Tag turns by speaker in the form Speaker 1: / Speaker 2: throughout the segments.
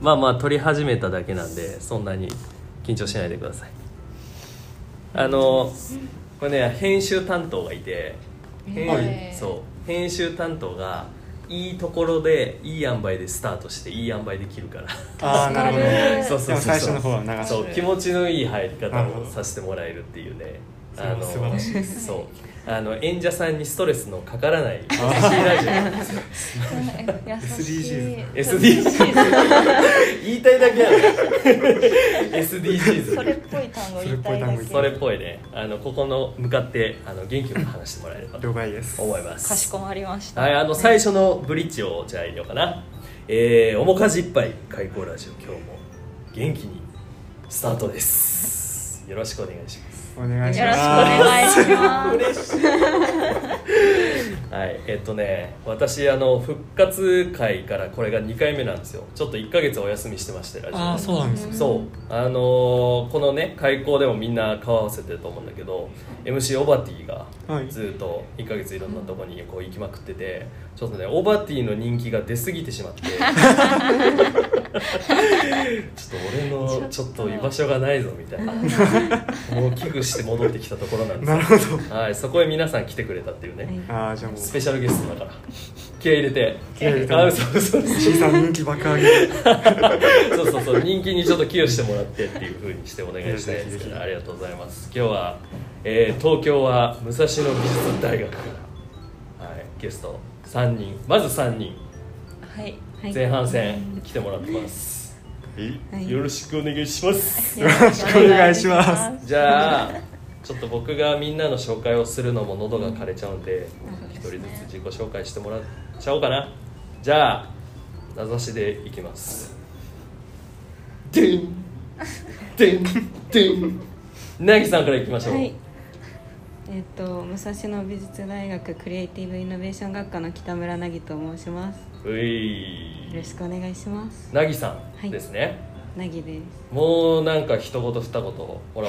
Speaker 1: まあまあ撮り始めただけなんでそんなに緊張しないでくださいあのこれね編集担当がいて編,、
Speaker 2: はい
Speaker 1: そう編集担当がいいところでいい塩梅でスタートしていい塩梅で切るから
Speaker 2: ああ
Speaker 3: 助
Speaker 2: な
Speaker 3: か
Speaker 2: る
Speaker 3: る
Speaker 2: ほどね
Speaker 1: そうそうそうそう
Speaker 2: でも最初の方は流して
Speaker 1: そう気持ちのいい入り方をさせてもらえるっていうね
Speaker 2: なるほどそれは素晴らしいです
Speaker 1: そうあの演者さんにストレスのかからない優しいラジオなんですよ
Speaker 3: 優しい
Speaker 1: SDGs 言いたいだけや ろ SDGs
Speaker 3: それっぽい単語言いたいだけ
Speaker 1: それっぽいねあのここの向かってあの元気よく話してもらえればと
Speaker 2: 了解です
Speaker 1: 思います
Speaker 3: かしこまりました
Speaker 1: はい、あの最初のブリッジをじゃあ入れようかな、えー、面かじいっぱい開口ラジオ今日も元気にスタートですよろしくお願いします
Speaker 2: お願いし
Speaker 3: よろ
Speaker 2: ま
Speaker 3: しくお
Speaker 2: す
Speaker 3: 願いします
Speaker 1: はいえっとね私あの復活会からこれが2回目なんですよちょっと1ヶ月お休みしてましてラジオ
Speaker 2: ああそうなんですね
Speaker 1: そうあのーこのね開講でもみんな顔合わせてると思うんだけど MC オバティが
Speaker 2: はい
Speaker 1: ずっと1ヶ月いろんなとこにこう行きまくっててちょっとねオバティの人気が出過ぎてしまっ てちょっと俺のちょっと居場所がないぞみたいなもう危惧して戻ってきたところなん
Speaker 2: な
Speaker 1: で
Speaker 2: るほど
Speaker 1: すはいそこへ皆さん来てくれたっていうね、
Speaker 2: ああじゃあもう
Speaker 1: スペシャルゲストだから気合い入れて
Speaker 2: 気合い入れて
Speaker 1: あそうそうそう
Speaker 2: C さん人気爆上げで
Speaker 1: そうそうそう人気にちょっと寄与してもらってっていうふうにしてお願いしたいんですけどありがとうございます今日は、えー東京は武蔵野美術大学から、はい、ゲスト3人まず3人
Speaker 3: はい
Speaker 1: 前半戦来てもらってます、
Speaker 3: はい
Speaker 1: よろしくお願いします
Speaker 3: よ
Speaker 2: ろしくお願いします
Speaker 1: じゃあちょっと僕がみんなの紹介をするのも喉が枯れちゃうんで一人ずつ自己紹介してもらっちゃおうかなじゃあ名指しでいきますでんでんでん なぎさんからいきましょう、
Speaker 4: はい。えっと武蔵野美術大学クリエイティブイノベーション学科の北村凪と申します。
Speaker 1: う
Speaker 4: よろ
Speaker 1: い
Speaker 4: しくお願いします。
Speaker 1: なぎさ
Speaker 4: は
Speaker 1: ん
Speaker 4: い
Speaker 1: ですね、
Speaker 4: 凪です。
Speaker 1: もうなんか一言二言もらおうか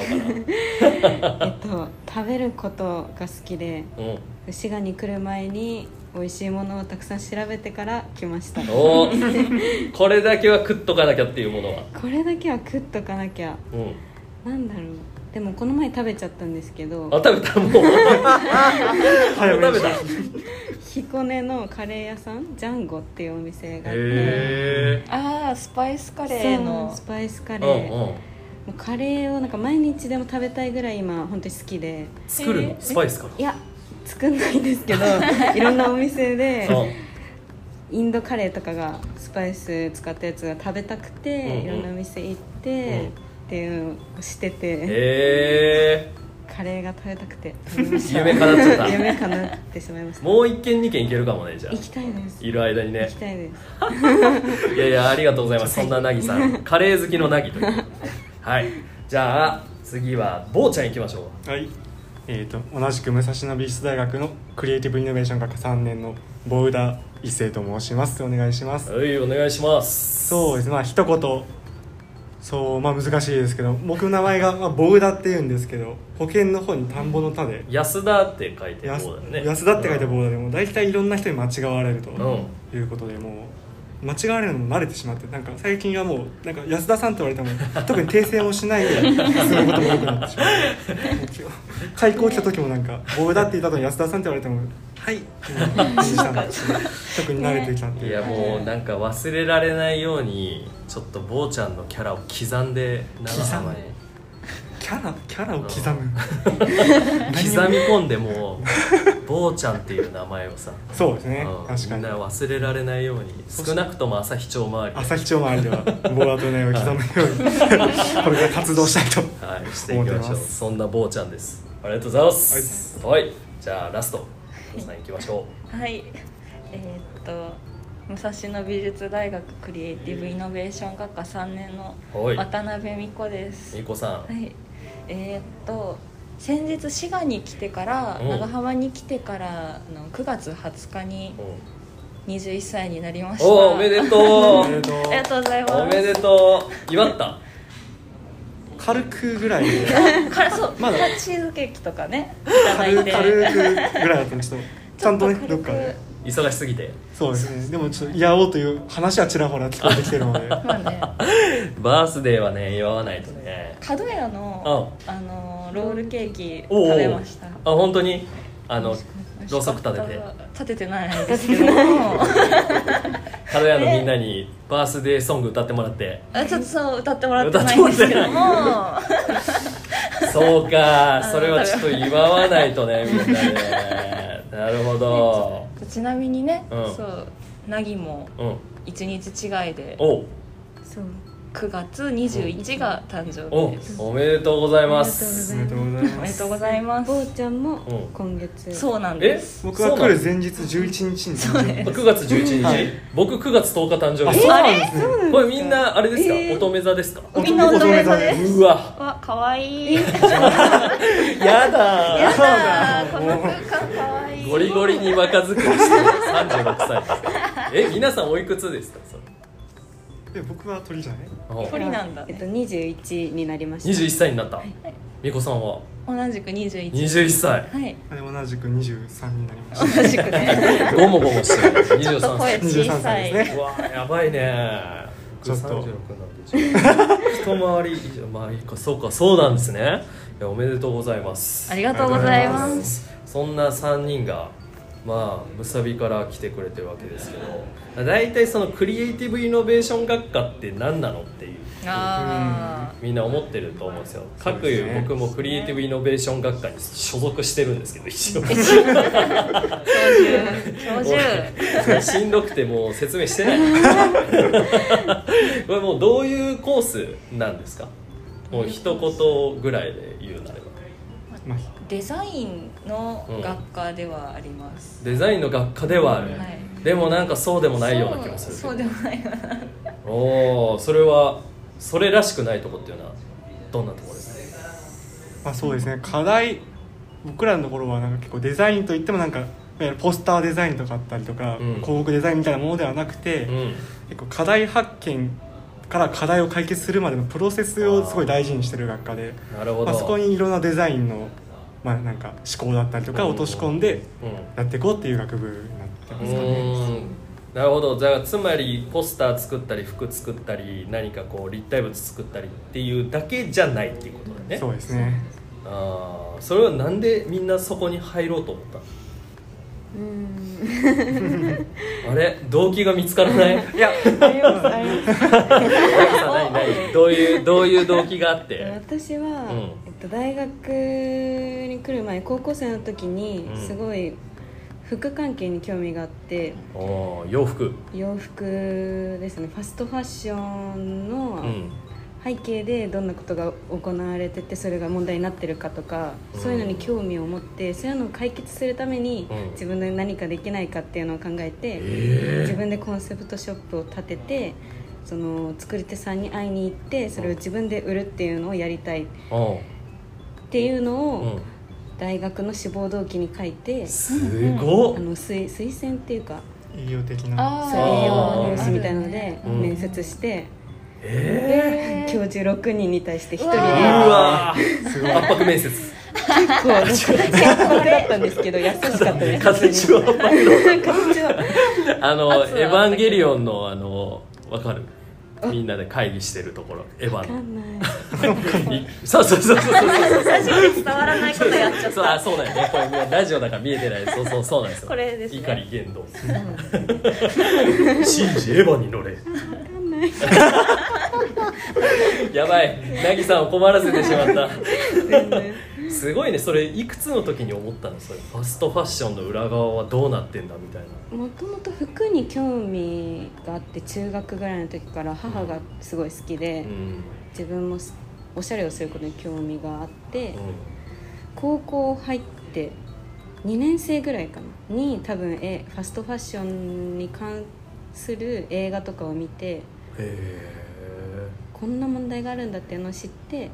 Speaker 1: な
Speaker 4: えっと食べることが好きで、
Speaker 1: うん
Speaker 4: 滋賀に来る前に美味しいものをたくさん調べてから来ました。こ
Speaker 1: おーこれだけは食っとかなきゃっていうものは
Speaker 4: れだけは食っとかなきゃ。
Speaker 1: うん
Speaker 4: なんだろう。でもこの前食べちゃったんですけど
Speaker 1: あ、食べたもうも う食
Speaker 2: 早めに
Speaker 1: べた
Speaker 4: 彦根のカレー屋さんジャンゴっていうお店があって。
Speaker 1: へ
Speaker 2: あ
Speaker 3: ああスパイスカ
Speaker 4: そう
Speaker 3: レーの
Speaker 4: スパイスカ
Speaker 1: え
Speaker 4: レー、もうカレーをなんか毎日でも食べたいぐらい今本当に好きで
Speaker 1: 作るの
Speaker 3: えー
Speaker 1: スパイスか
Speaker 4: いや作んないんです けどいろんなお店
Speaker 1: ら
Speaker 4: で
Speaker 1: そう
Speaker 4: インドカレーとかがスパイス使ったやつが食べたくて、
Speaker 1: うんうん
Speaker 4: いろんなお店行って、っていうのをしてて、
Speaker 1: へえ
Speaker 4: カレーが食べたくて食べました
Speaker 1: 夢叶っちゃった
Speaker 4: 夢叶ってしまいました
Speaker 1: もう一軒二軒行けるかもねじゃあ
Speaker 4: 行きたいです
Speaker 1: いる間に
Speaker 4: 行
Speaker 1: ね
Speaker 4: きたいです
Speaker 1: いやいやありがとうございますそんななぎさんカレー好きのなぎというはいじゃあ次はぼうちゃん行きましょ
Speaker 2: はいえー、と同じく武蔵野美術大学のクリエイティブイノベーション学科3年のボウダ一生と申しますお願いします
Speaker 1: うはいお願いします
Speaker 2: そうですねまあ一言そうまあ難しいですけど僕の名前が、まあ、ボウダっていうんですけど保険の方に田んぼの田で
Speaker 1: 安田って書いて
Speaker 2: やす
Speaker 1: ぼうだよね
Speaker 2: 安田って書いてボウダでもう大体いろんな人に間違われると
Speaker 1: う
Speaker 2: いうことでもう間違われるのも慣れてしまってなんか最近はもうなんか安田さんって言われても特に訂正をしないですることも多くなってしまう開校来た時もなんかボウダって言った後に安田さんって言われてもはいっていう感じしたんです特に慣れてきたって
Speaker 1: い
Speaker 2: いう
Speaker 1: やもうなんか忘れられないようにちょっとぼうちゃんのキャラを刻んで長浜に
Speaker 2: キャラキャラを刻 む
Speaker 1: 刻み込んでもうぼうちゃんっていう名前をさ、
Speaker 2: そうですね
Speaker 1: うん
Speaker 2: 確か
Speaker 1: みん
Speaker 2: に
Speaker 1: な忘れられないように少なくとも朝日町周り
Speaker 2: 朝日町周りではボーダーとねを 刻むようにこれから活動したいと
Speaker 1: はい、していきま
Speaker 2: 思って
Speaker 1: しょう
Speaker 2: ます
Speaker 1: そんなぼうちゃんですありがとうございますはい、じゃあラスト皆さん行きましょ
Speaker 3: はいえーっと武蔵野美術大学クリエイティブイノベーション学科3年の
Speaker 1: うはい
Speaker 3: 渡辺美子です
Speaker 1: みこさん、
Speaker 3: はい、えーっと先日滋賀に来てから
Speaker 1: うん
Speaker 3: 長浜に来てからの9月20日に
Speaker 1: うん
Speaker 3: 21歳になりました
Speaker 1: おおおめでと
Speaker 2: おめで
Speaker 1: う
Speaker 2: とう
Speaker 3: ありがとうございます
Speaker 1: おめでとう祝った
Speaker 2: 軽くぐらいで
Speaker 3: からそう、
Speaker 2: まだ
Speaker 3: からチーズケーキとかねいただ
Speaker 2: 軽
Speaker 3: い
Speaker 2: く軽く
Speaker 3: て
Speaker 2: ぐらいだったんですけどちゃんとねどっかで
Speaker 1: 忙しすぎて
Speaker 2: そうですねでもちょっと祝おうという話はちらほら聞こえてきてるので
Speaker 3: まあね
Speaker 1: バースデーはね祝わないとね
Speaker 3: 角屋のあのロールケーキ
Speaker 1: おうおう
Speaker 3: 食べました
Speaker 1: あ本当にあの
Speaker 3: 美
Speaker 1: ろう
Speaker 3: 味しか
Speaker 1: そ
Speaker 3: っ
Speaker 1: く
Speaker 3: た
Speaker 1: 立てて
Speaker 3: 立ててないですけども
Speaker 1: 軽屋のみんなにバースデーソング歌ってもらって
Speaker 3: あちょっとそう歌ってもらってないんですけども
Speaker 1: そうか
Speaker 3: の
Speaker 1: それはちょっと祝わないとねみんなねなるほど
Speaker 3: ちなみにね、
Speaker 1: うん
Speaker 3: そう凪も
Speaker 1: うん
Speaker 3: 1日違いで
Speaker 1: おう
Speaker 4: そう
Speaker 3: 9月21日が誕生
Speaker 1: お
Speaker 3: 日です
Speaker 1: うおめでとうございます
Speaker 2: おめでとうござ
Speaker 3: お
Speaker 2: いま
Speaker 3: めですとうございます
Speaker 4: 坊ちゃん
Speaker 1: う
Speaker 4: も
Speaker 1: ん
Speaker 4: 今月、
Speaker 3: そうなん
Speaker 1: え
Speaker 3: です
Speaker 2: 僕は来る前日11日に誕生日
Speaker 1: 9月11日、
Speaker 2: はい
Speaker 1: 僕9月10日誕生日です
Speaker 2: あそうなんですね
Speaker 1: これみんなあれですか、
Speaker 4: えー
Speaker 1: 乙女座ですか
Speaker 3: みんな乙女座です
Speaker 1: うわ
Speaker 3: わ可愛いい
Speaker 1: やだ
Speaker 3: やだーこの空間可愛いい
Speaker 1: ゴリゴリに若作りしてる36歳ですからえ皆さんおいくつですかそれ
Speaker 2: え僕は鳥じゃない
Speaker 1: お
Speaker 3: 鳥なんだ
Speaker 4: えっと21になりました
Speaker 1: 21歳になった美子さんは
Speaker 3: 同じく21
Speaker 1: 21歳
Speaker 3: はい
Speaker 2: あれ同じく23になり ました
Speaker 3: 同じくね
Speaker 1: ゴモゴモしてる
Speaker 3: ちょっ
Speaker 1: 23歳
Speaker 3: と声小
Speaker 2: 23
Speaker 3: さ
Speaker 2: 歳
Speaker 3: い
Speaker 2: ですね
Speaker 1: うわやばいね
Speaker 2: ちょっと
Speaker 1: 僕36なんで 一応一回り以上まあいいかそうかそうなんですねいやおめでとうございます
Speaker 3: ありがとうございます
Speaker 1: そんな3人がまあむさびから来てくれてるわけですけど大体そのクリエイティブイノベーション学科って何なのっていう
Speaker 3: あ
Speaker 1: みんな思ってると思うんですよ
Speaker 2: そ
Speaker 1: か
Speaker 2: う
Speaker 1: く
Speaker 2: です
Speaker 1: い
Speaker 2: ね
Speaker 1: う僕もクリエイティブイノベーション学科に所属してるんですけど一応
Speaker 3: あ教授教授
Speaker 1: もうしんどくてもう説明してないこれもうどういうコースなんですかもう一言ぐらいで言うなれば
Speaker 2: まあ
Speaker 3: デザインの学科ではあります、
Speaker 1: デザインの学科ではある、
Speaker 3: はい
Speaker 1: でもなんかそうでもないような気もするけ
Speaker 3: そ
Speaker 1: ど
Speaker 3: うそうでもないような
Speaker 1: おおそれはそれらしくないとこっていうのはどんなところですか
Speaker 2: まあそうですね課題僕らのところはなんか結構デザインといってもなんかいわゆるポスターデザインとかあったりとか、
Speaker 1: うん
Speaker 2: 広告デザインみたいなものではなくて、
Speaker 1: うん
Speaker 2: 結構課題発見から課題を解決するまでのプロセスをすごい大事にしてる学科で
Speaker 1: なるほど、
Speaker 2: まあ、そこにいろんなデザインの、まあ、なんか思考だったりとか落とし込んで
Speaker 1: う
Speaker 2: やっていこうっていう学部になってます
Speaker 1: ん、
Speaker 2: かね。
Speaker 1: なるほどじゃあつまりポスター作ったり服作ったり何かこう立体物作ったりっていうだけじゃないっていうことだね
Speaker 2: そうですね
Speaker 1: あーそれはなんでみんなそこに入ろうと思ったの
Speaker 4: うーん
Speaker 1: あれ動機が見つからない
Speaker 2: いや
Speaker 4: ありますあります
Speaker 1: ないない どういうどういう動機があって
Speaker 4: 私は、
Speaker 1: うん
Speaker 4: えっと、大学に来る前高校生の時に
Speaker 1: うん
Speaker 4: すごい服関係に興味があって
Speaker 1: おー洋服
Speaker 4: 洋服ですねファストファッション
Speaker 1: う
Speaker 4: の
Speaker 1: ん
Speaker 4: 背景でどんなことが行われててそれが問題になってるかとか、
Speaker 1: うん
Speaker 4: そういうのに興味を持ってそういうのを解決するために、
Speaker 1: うん
Speaker 4: 自分で何かできないかっていうのを考えて、
Speaker 1: え
Speaker 4: 自分でコンセプトショップを立ててその作り手さんに会いに行ってそれを自分で売るっていうのをやりたいっ
Speaker 1: ーお
Speaker 4: ていうの
Speaker 1: う
Speaker 4: を
Speaker 1: ん
Speaker 4: 大学の志望動機に書いて、
Speaker 1: すご
Speaker 4: あ
Speaker 1: っ
Speaker 4: の推推薦っていうか
Speaker 2: 栄養的
Speaker 3: あ
Speaker 2: な
Speaker 3: ー
Speaker 4: 採用入試みたい
Speaker 3: あ
Speaker 4: の
Speaker 3: る
Speaker 4: で
Speaker 3: ね
Speaker 1: うん
Speaker 4: 面接して、
Speaker 1: え
Speaker 3: え
Speaker 4: 教授6人に対して1人
Speaker 1: ー、
Speaker 4: で。
Speaker 1: うわ
Speaker 2: すごい
Speaker 1: ー圧迫面接
Speaker 4: 結構なんか高だったんですけど優しかったです
Speaker 1: 形は圧迫
Speaker 4: 形は
Speaker 1: あの
Speaker 3: 圧は
Speaker 1: エヴァンゲリオンのあのわかるみんなで会議してるところエヴ
Speaker 4: わか
Speaker 1: ァの
Speaker 4: んない
Speaker 1: いそうそうそうそうそうそう
Speaker 3: ー、ラジオで伝わらないことやっちゃっ
Speaker 1: そうあ
Speaker 3: た
Speaker 1: そうだよねこれねラジオだから見えてないそうそうそうなんですよ
Speaker 3: これですね
Speaker 1: 碇言 動シンジエヴァに乗れやばいナギさんを困らせてしまった
Speaker 4: 全然
Speaker 1: すごいねそれいくつの時に思ったのそれファストファッションの裏側はどうなってんだみたいな
Speaker 4: もともと服に興味があって中学ぐらいの時から母がすごい好きで
Speaker 1: うん
Speaker 4: 自分もおしゃれをすることに興味があって高校入って2年生ぐらいかなに多分えファストファッションに関する映画とかを見て
Speaker 1: へえ
Speaker 4: こんな問題があるんだっていうのを知って
Speaker 1: うん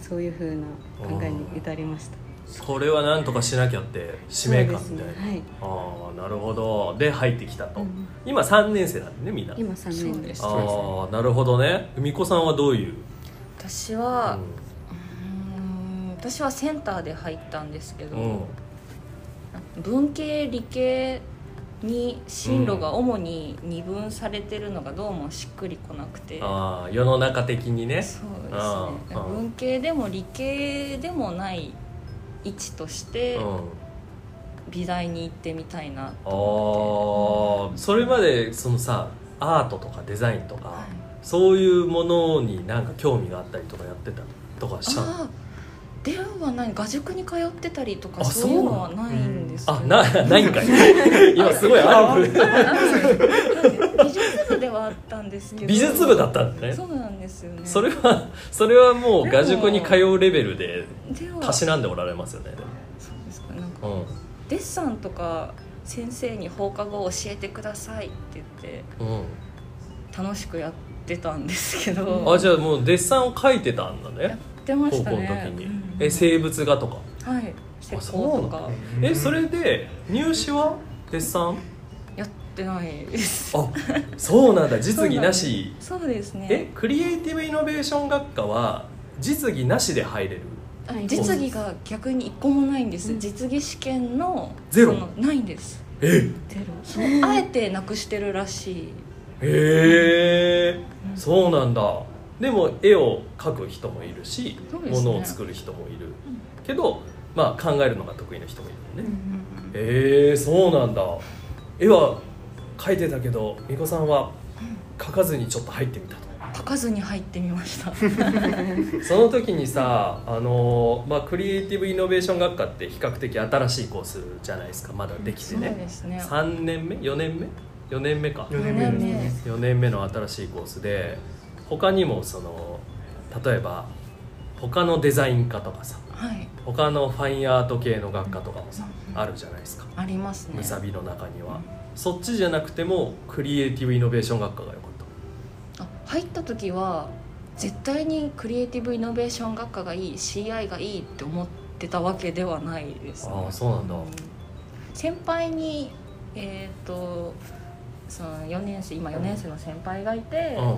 Speaker 4: そういう風な考えに至りました
Speaker 1: これはなんとかしなきゃって使命感
Speaker 4: そう
Speaker 1: み
Speaker 4: で
Speaker 1: たい
Speaker 4: す
Speaker 1: な、
Speaker 4: ねはい
Speaker 1: ああなるほどで入ってきたと、
Speaker 4: うん
Speaker 1: 今3年生なんでねみんな
Speaker 4: 今3年
Speaker 3: そうです
Speaker 1: ああなるほどねみこさんはどういう
Speaker 3: 私は、うーん私はセンターで入ったんですけど、
Speaker 1: うんうん
Speaker 3: 文系理系に進路が主に二分されてるのがどうもしっくりこなくて、
Speaker 1: ああ世の中的にね
Speaker 3: そうですね
Speaker 1: ああああ
Speaker 3: 文系でも理系でもない位置として
Speaker 1: うん
Speaker 3: 美大に行ってみたいな
Speaker 1: あーそれまでそのさアートとかデザインとか、
Speaker 3: はい
Speaker 1: そういうものになんか興味があったりとかやってたとかしたの
Speaker 3: あーではない画塾に通ってたりとか
Speaker 1: あ
Speaker 3: そういうのはないんですけど
Speaker 1: あなないんかい 今すごいある
Speaker 3: 美術部ではあったんですけど
Speaker 1: 美術部だったんだね
Speaker 3: そうなんですよね
Speaker 1: それはそれはもう画塾に通うレベルで
Speaker 3: では
Speaker 1: たしなんでおられますよね
Speaker 3: そうですかなんか
Speaker 1: うん
Speaker 3: デッサンとか先生に放課後教えてくださいって言って
Speaker 1: う
Speaker 3: 楽しくやってたんですけど、
Speaker 1: ん、あじゃあもうデッサンを描いてたんだ
Speaker 3: やっ
Speaker 1: ね
Speaker 3: てま
Speaker 1: 高
Speaker 3: した
Speaker 1: 校の時
Speaker 3: ね
Speaker 1: に、え生物画とか
Speaker 3: はい施
Speaker 1: そう
Speaker 3: 工
Speaker 1: な
Speaker 3: と
Speaker 1: んだ
Speaker 3: か
Speaker 1: えそれで入試はデッサン
Speaker 3: やってな いです
Speaker 1: あそうなんだ実技なし
Speaker 3: そうです
Speaker 1: え
Speaker 3: ね
Speaker 1: クリエイティブイノベーション学科は実技なしで入れる
Speaker 3: あ実技が逆に一個もないんです、
Speaker 4: うん
Speaker 3: 実技試験の
Speaker 1: ゼロ
Speaker 3: そのないんです
Speaker 1: え
Speaker 4: 出る
Speaker 3: あえてなくしてるらしい
Speaker 1: へえそうなんだでも絵を描く人もいるし、
Speaker 3: そうです
Speaker 1: も
Speaker 3: ね
Speaker 1: のを作る人もいる、けど、まあ、考えるのが得意な人もいるよね、へえそうなんだ絵は描いてたけど美子さんは描かずにちょっと入ってみたと
Speaker 3: 書かずに入ってみました
Speaker 1: その時にさあの、まあ、クリエイティブイノベーション学科って比較的新しいコースじゃないですかまだできて
Speaker 3: そう
Speaker 1: ね
Speaker 3: ですね
Speaker 1: 3年目4年目4年目か
Speaker 2: 4年目です
Speaker 3: 四年
Speaker 1: 4年
Speaker 3: 目
Speaker 2: ね
Speaker 1: 目の新しいコースで他にもその例えば他のデザイン科とかさ
Speaker 3: はい
Speaker 1: 他のファインアート系の学科とかもさあるじゃないですか
Speaker 3: ありますね
Speaker 1: むさびの中にはそっちじゃなくてもクリエイティブイノベーション学科が良かった
Speaker 3: あ入った時は絶対にクリエイティブイノベーション学科がいい CI がいいって思ってたわけではないです、
Speaker 1: ああそうなんだ
Speaker 3: 先輩にえっ、とその4年生今4年生の先輩がいて、
Speaker 1: うん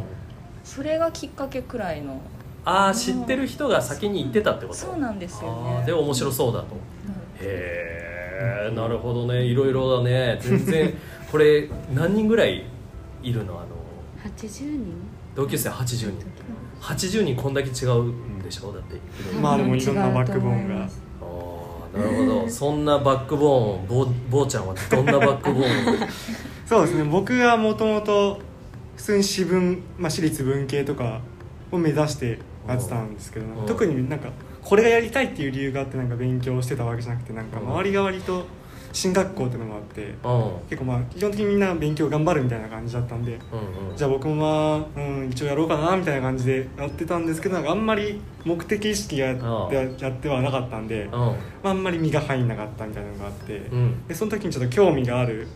Speaker 3: それがきっかけくらいの
Speaker 1: ああ知ってる人が先に行ってたってこと
Speaker 3: そうなんですよ
Speaker 1: あ
Speaker 3: ね
Speaker 1: ーで面白そうだと、へえなるほどねいろいろだね全 然これ何人ぐらいいるのあの
Speaker 4: 80人
Speaker 1: 同級生80人80人こんだけ違うんでしょだって
Speaker 2: まあでもいろんなバックボーン
Speaker 4: 違うと思いま
Speaker 2: が
Speaker 4: す
Speaker 1: ああなるほ どそんなバックボーンをぼうぼうちゃんはどんなバックボーン を
Speaker 2: そうですね僕はもともと普通に私文、まあ、私立文系とかを目指してやってたんですけど
Speaker 1: うん
Speaker 2: 特になんかこれがやりたいっていう理由があってなんか勉強してたわけじゃなくてなんか
Speaker 1: うん
Speaker 2: 周りが割と進学校っていうのもあって
Speaker 1: うん
Speaker 2: 結構まあ基本的にみんな勉強頑張るみたいな感じだったんで
Speaker 1: うんうん
Speaker 2: じゃあ僕もまあ、うん、一応やろうかなみたいな感じでやってたんですけどなんかあんまり目的意識がや
Speaker 1: ああ
Speaker 2: やってはなかったんで、ま
Speaker 1: う
Speaker 2: あ、あんまり身が入んなかったみたいなのがあって。
Speaker 1: んうん
Speaker 2: でその時にちょっと興味がある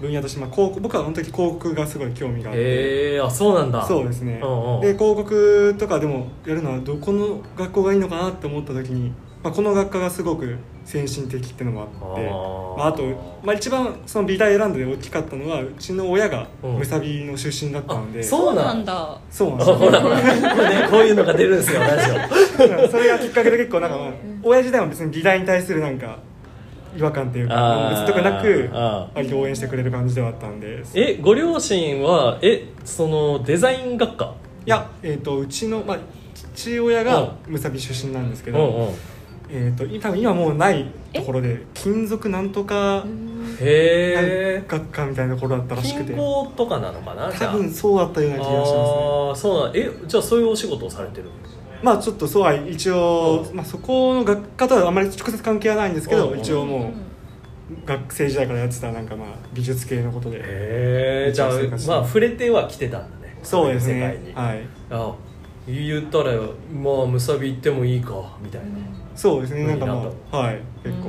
Speaker 2: 分野として、まあ、広告僕はその時広告がすごい興味があって、
Speaker 1: ええあそうなんだ
Speaker 2: そうですね、
Speaker 1: うんうん
Speaker 2: で広告とかでもやるのはどこの学校がいいのかなって思った時に、まあ、この学科がすごく先進的ってのもあって
Speaker 1: あー
Speaker 2: まあ、あと、まあ、一番その美大選んで大きかったのはうちの親が
Speaker 1: うん
Speaker 2: むさびの出身だったので、
Speaker 1: あ
Speaker 2: そう
Speaker 1: そう
Speaker 3: な
Speaker 1: なんんだ
Speaker 3: だ
Speaker 2: そうなん ですよ
Speaker 1: ほらほらこれねこういうのが出るんですよラ ジオ
Speaker 2: それがきっかけで結構なんか、まあ、親自体も別に美大に対するなんか違和感っていうか
Speaker 1: あー
Speaker 2: 別とかなく
Speaker 1: あー
Speaker 2: 割と応援してくれる感じではあったんです
Speaker 1: えご両親はえそのデザイン学科
Speaker 2: いや、えー、とうちの、まあ、父親がむさび出身なんですけ
Speaker 1: う
Speaker 2: ど、
Speaker 1: んうん
Speaker 2: えー、と多分今もうないところで金属なんとか
Speaker 4: うん
Speaker 1: へえ
Speaker 2: 学科みたいなところだったらしく
Speaker 1: 金
Speaker 2: て
Speaker 1: 工とかなのかなじ
Speaker 2: 多
Speaker 1: ゃあ
Speaker 2: 分そうだったような気がしますね
Speaker 1: ああそうなんえじゃあそういうお仕事をされてる
Speaker 2: まあちょっとそうは一応、
Speaker 1: うん
Speaker 2: まあ、そこの学科とはあまり直接関係はないんですけど、
Speaker 1: うん
Speaker 2: 一応も
Speaker 3: ん
Speaker 2: う学生時代からやってたなんかまあ美術系のことで
Speaker 1: へえじゃあ
Speaker 2: めちゃくちゃ
Speaker 1: まあ触れては来てたんだね
Speaker 2: そうです
Speaker 1: 世界
Speaker 2: ね
Speaker 1: に、
Speaker 2: はい
Speaker 1: あ言ったらまあむさび行ってもいいかみたいな、
Speaker 2: そうですねなんか
Speaker 1: いい
Speaker 2: ま
Speaker 1: な
Speaker 2: あはい結
Speaker 3: う
Speaker 2: 構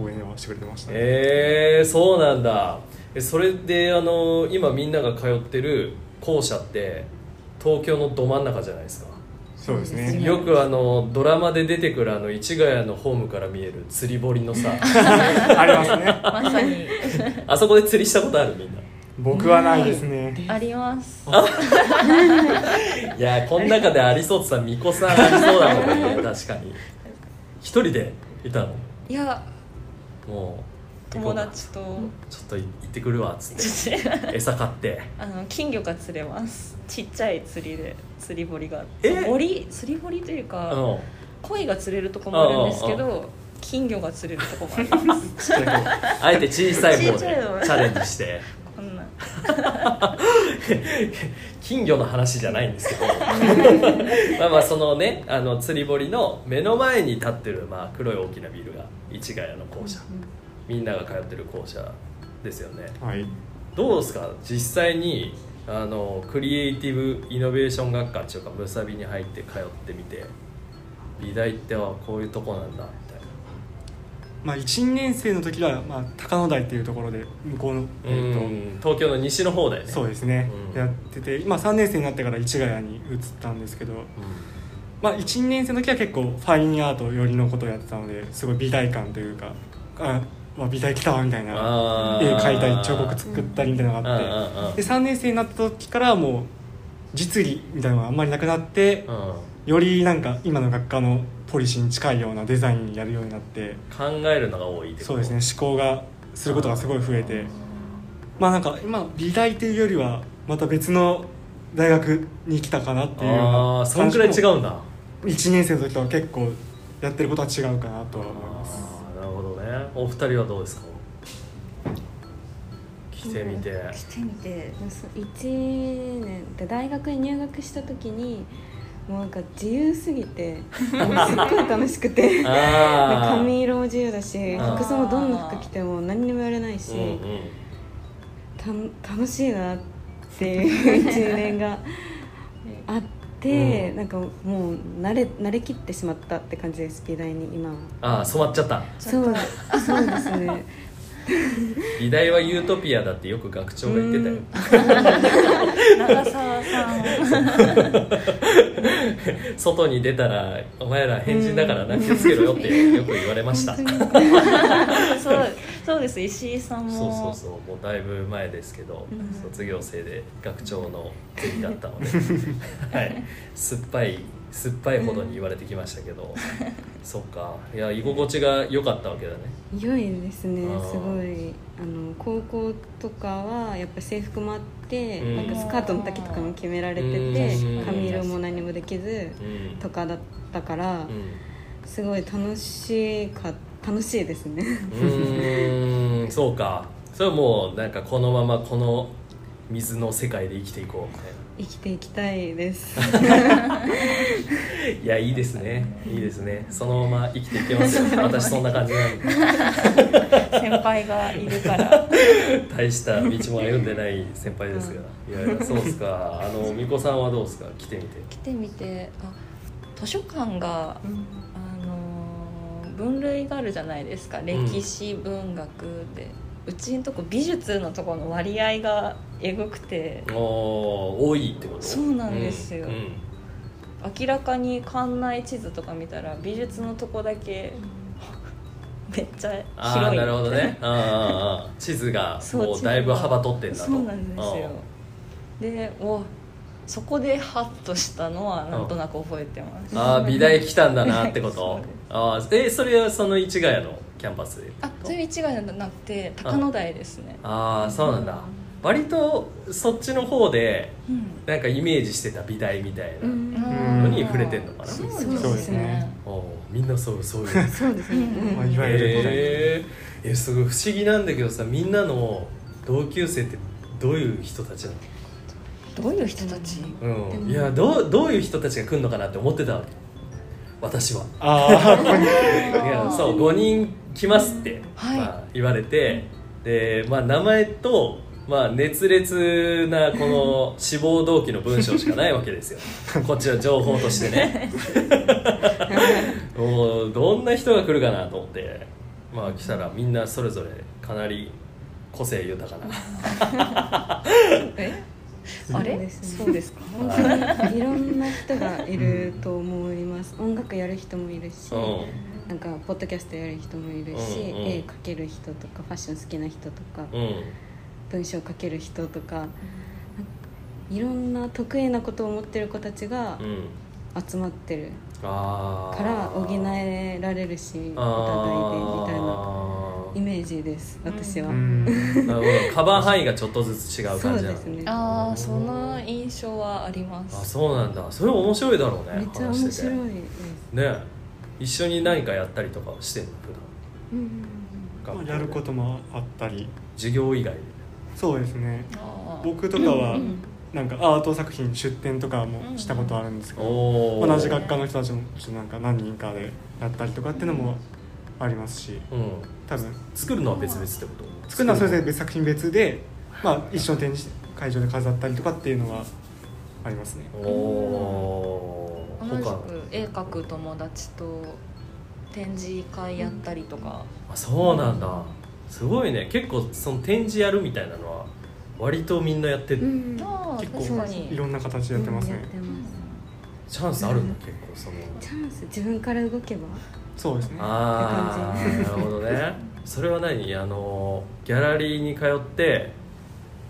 Speaker 3: ん
Speaker 2: 応援はしてくれてましたね、
Speaker 1: へえそうなんだえそれであの今みんなが通ってる校舎って東京のど真ん中じゃないですか
Speaker 2: そうです
Speaker 4: そうです
Speaker 2: ね
Speaker 4: ね
Speaker 1: よくあのドラマで出てくるあの市ヶ谷のホームから見える釣り堀のさ
Speaker 2: ありますね
Speaker 3: まさに
Speaker 1: あそこで釣りしたことあるみんな
Speaker 2: 僕はないですね
Speaker 3: あり ます
Speaker 1: いやーこの中でありそうってさ巫女さんありそうだもんね確かに一人でいたの
Speaker 3: いや
Speaker 1: も
Speaker 3: 友達と
Speaker 1: ちょっと行ってくるわっつっ
Speaker 3: ちょっと
Speaker 1: て餌買って
Speaker 3: あの金魚が釣れますちっちゃい釣りで釣り堀があって
Speaker 1: え
Speaker 3: 堀釣り堀という
Speaker 1: う
Speaker 3: か、
Speaker 1: ん
Speaker 3: 鯉が釣れるとこもあるんですけ
Speaker 1: うん
Speaker 3: ど金魚が釣れるとこもありま す
Speaker 2: ちっちゃい頃
Speaker 1: あえて小さい方で
Speaker 3: 小さいの
Speaker 1: チャレンジして
Speaker 3: こんな
Speaker 1: 金魚の話じゃないんですけど まあまあそのねあの釣り堀の目の前に立ってる、まあ、黒い大きなビルが市ヶ谷の校舎みんなが通ってる校舎ですよね
Speaker 2: はい
Speaker 1: どうですか実際にあのクリエイティブイノベーション学科っていうかむさびに入って通ってみて美大ってはこういうとこなんだみ
Speaker 2: まあ1年生の時は、まあ、高野台っていうところで向こうの、
Speaker 1: たいな、
Speaker 2: え
Speaker 1: うん東京の西の方だよ
Speaker 2: っ
Speaker 1: ね
Speaker 2: とそうですね、
Speaker 1: うん
Speaker 2: やってて今3年生になってから市ヶ谷に移ったんですけど、
Speaker 1: う
Speaker 2: まあ、1年生の時は結構ファインアート寄りのことをやってたのですごい美大感というかあわ美大来たわみたい
Speaker 1: ん
Speaker 2: な
Speaker 1: あ
Speaker 2: 絵
Speaker 1: ー
Speaker 2: 描いたり彫刻作ったりみたいなのがあって、
Speaker 1: うんうんうん
Speaker 2: で3年生になった時からもう実技みたいなのがあんまりなくなって、
Speaker 1: うん
Speaker 2: よりなんか今の学科のポリシーに近いようなデザインやるようになって
Speaker 1: 考えるのが多いってこと
Speaker 2: そうですね思考がすることがすごい増えてまあなんか今美大っていうよりはまた別の大学に来たかなっていうよう
Speaker 1: ああ
Speaker 2: な
Speaker 1: ーそんくらい違うんだ
Speaker 2: 1年生の時とは結構やってることは違うかなとは思います
Speaker 1: あーなるほどねお二人はどうですか来てみて
Speaker 3: 来てみて
Speaker 4: 1年で大学に入学した時にもうなんか自由すぎ てすっごい楽しくてで
Speaker 1: あー
Speaker 4: 髪色も自由だし
Speaker 1: あー
Speaker 4: 服装もどんな服着ても何にも言われないし、
Speaker 1: うんうん
Speaker 4: た楽しいなっていう 1年があって、
Speaker 1: う
Speaker 4: なんかもう慣れ慣れきってしまったって感じです美大に今は
Speaker 1: ああ染まっちゃった
Speaker 4: そうそうですね
Speaker 1: 美大はユートピアだってよく学長が言ってたよ
Speaker 4: うん
Speaker 3: 長澤さ ん
Speaker 1: 外に出たらお前ら変人だからな気をつけろよってよく言われましたそう
Speaker 4: 本当に
Speaker 3: そうそうです石井さんも
Speaker 1: そうそうもうだいぶ前ですけど、
Speaker 4: うん
Speaker 1: 卒業生で学長の次だったので はい酸っぱい酸っぱいほどに言われてきましたけ ど、そっかいや居心地が良かったわけだね
Speaker 4: 良いですね
Speaker 1: あー
Speaker 4: すごいあの高校とかはやっぱ制服もあって、
Speaker 1: うん
Speaker 4: なんかスカートの丈とかも決められて
Speaker 1: う
Speaker 4: て
Speaker 1: ん
Speaker 4: 髪色も何もできず
Speaker 1: うん
Speaker 4: とかだったから
Speaker 1: う
Speaker 4: すごい楽しか楽しいです ね
Speaker 1: んうーんそうかそれはもうなんかこのままこの水の世界で生きていこうみたいな
Speaker 4: 生きていきたいです
Speaker 1: いやいいですねいいですねそのまま生きていけますよ 私そんな感じなんで
Speaker 3: 先輩がいる から
Speaker 1: 大した道も歩んでない先輩ですが、いやいやそうっすかあの美子さんはどうですか来てみて
Speaker 3: 来てみてあ図書館があのー分類があるじゃないですか歴史、文学でうちのとこ美術のとこの割合がえぐくて
Speaker 1: おー多いってこと
Speaker 3: そうなんですよ
Speaker 1: うんうん
Speaker 3: 明らかに館内地図とか見たら美術のとこだけめっちゃ
Speaker 1: ああ
Speaker 3: 広い
Speaker 1: なるほどねうんうんうん地図が
Speaker 3: そう
Speaker 1: もうだいぶ幅取ってんだと
Speaker 3: そうなんですよでおそこでハッとしたのはなんとなく覚えてます
Speaker 1: ああ美大来たんだなってこ
Speaker 3: そう
Speaker 1: と
Speaker 3: です
Speaker 1: あーえそれはその市ヶ谷のキャンパスで
Speaker 3: あそういう違いじゃなくて高野台ですね
Speaker 1: ああそうなんだ割とそっちの方で
Speaker 3: うん
Speaker 1: なんかイメージしてた美大みたいな、
Speaker 2: ん
Speaker 1: のに触れてんのかな
Speaker 3: そう
Speaker 2: そう
Speaker 3: で
Speaker 2: ですす
Speaker 3: ね
Speaker 2: ね
Speaker 1: おーみんなそうそういう
Speaker 4: そうですね、
Speaker 3: うん
Speaker 2: まあいわゆる古代
Speaker 1: えー、えすごい不思議なんだけどさみんなの同級生ってどういう人たちな
Speaker 3: どういう人たち
Speaker 1: の、うん、
Speaker 4: でも
Speaker 1: いやどうどういう人たちが来るのかなって思ってたわけ私は
Speaker 2: ああこ こに
Speaker 1: いやそう5人来ますって、
Speaker 3: はい
Speaker 1: まあ、言われてで、まあ、名前と、まあ、熱烈なこ の志望動機の文章しかないわけですよこっちの情報として ね もうどんな人が来るかなと思って、まあ、来たらみんなそれぞれかなり個性豊かな
Speaker 3: えあ
Speaker 4: そう
Speaker 3: れ
Speaker 4: ですね
Speaker 3: そうですか
Speaker 4: 本当にいろんな人がいると思います音楽やる人もいるし、
Speaker 1: う
Speaker 4: なんかポッドキャストやる人もいるし、
Speaker 1: うんうん
Speaker 4: 絵描ける人とかファッション好きな人とか、
Speaker 1: んうん
Speaker 4: 文章書ける人とかいろんな得意なことを持ってる子たちが
Speaker 1: うん
Speaker 4: 集まってる
Speaker 1: ああ
Speaker 4: から補えられるしお互いでみたいなイメメージです私は、
Speaker 2: うん
Speaker 1: なるほどカバー範囲がちょっとずつ違う
Speaker 4: そ
Speaker 1: 感
Speaker 4: う
Speaker 1: じな
Speaker 4: で
Speaker 1: の
Speaker 4: すね
Speaker 3: ああその印象はありま
Speaker 1: あ
Speaker 3: す
Speaker 1: そうなんだそれ面白いだろうね
Speaker 4: めっちゃ面
Speaker 1: 話
Speaker 4: 白いで
Speaker 1: し
Speaker 4: す
Speaker 1: ててね一緒に何かやったりとかしてんの
Speaker 4: うんうんうん
Speaker 1: 普
Speaker 2: ま
Speaker 1: 段
Speaker 2: あやることもあったり
Speaker 1: 授業以外で
Speaker 2: そうですね
Speaker 3: あー
Speaker 2: 僕とか
Speaker 3: う
Speaker 2: は
Speaker 3: んうん
Speaker 2: なんかアート作品出展とかもしたことあるんですけど
Speaker 1: おー
Speaker 2: 同じ学科の人たちもちょっとなんか何人かでやったりとかっていうのもありますし
Speaker 1: うん
Speaker 2: 多分
Speaker 1: 作るのは別々ってこと
Speaker 2: 作るのはそれぞれ
Speaker 1: れ
Speaker 2: 別作品別で、まあ、一緒の展示会場で飾ったりとかっていうのはありますね
Speaker 1: おお
Speaker 3: 同
Speaker 1: ー
Speaker 3: じ
Speaker 1: 他
Speaker 3: く絵描く友達と展示会やったりとか、
Speaker 1: あそうなんだすごいね結構その展示やるみたいなのは割とみんなやってる、
Speaker 4: うん
Speaker 3: ああ
Speaker 2: 結構
Speaker 3: 確かに
Speaker 2: いろんな形でやってます
Speaker 4: や
Speaker 2: ね
Speaker 4: ってます
Speaker 1: チャンスあるんだ結構その
Speaker 4: チャンス自分から動けば
Speaker 2: そうですね
Speaker 1: ああ
Speaker 4: って感
Speaker 1: なるほどねそれは何あのギャラリーに通って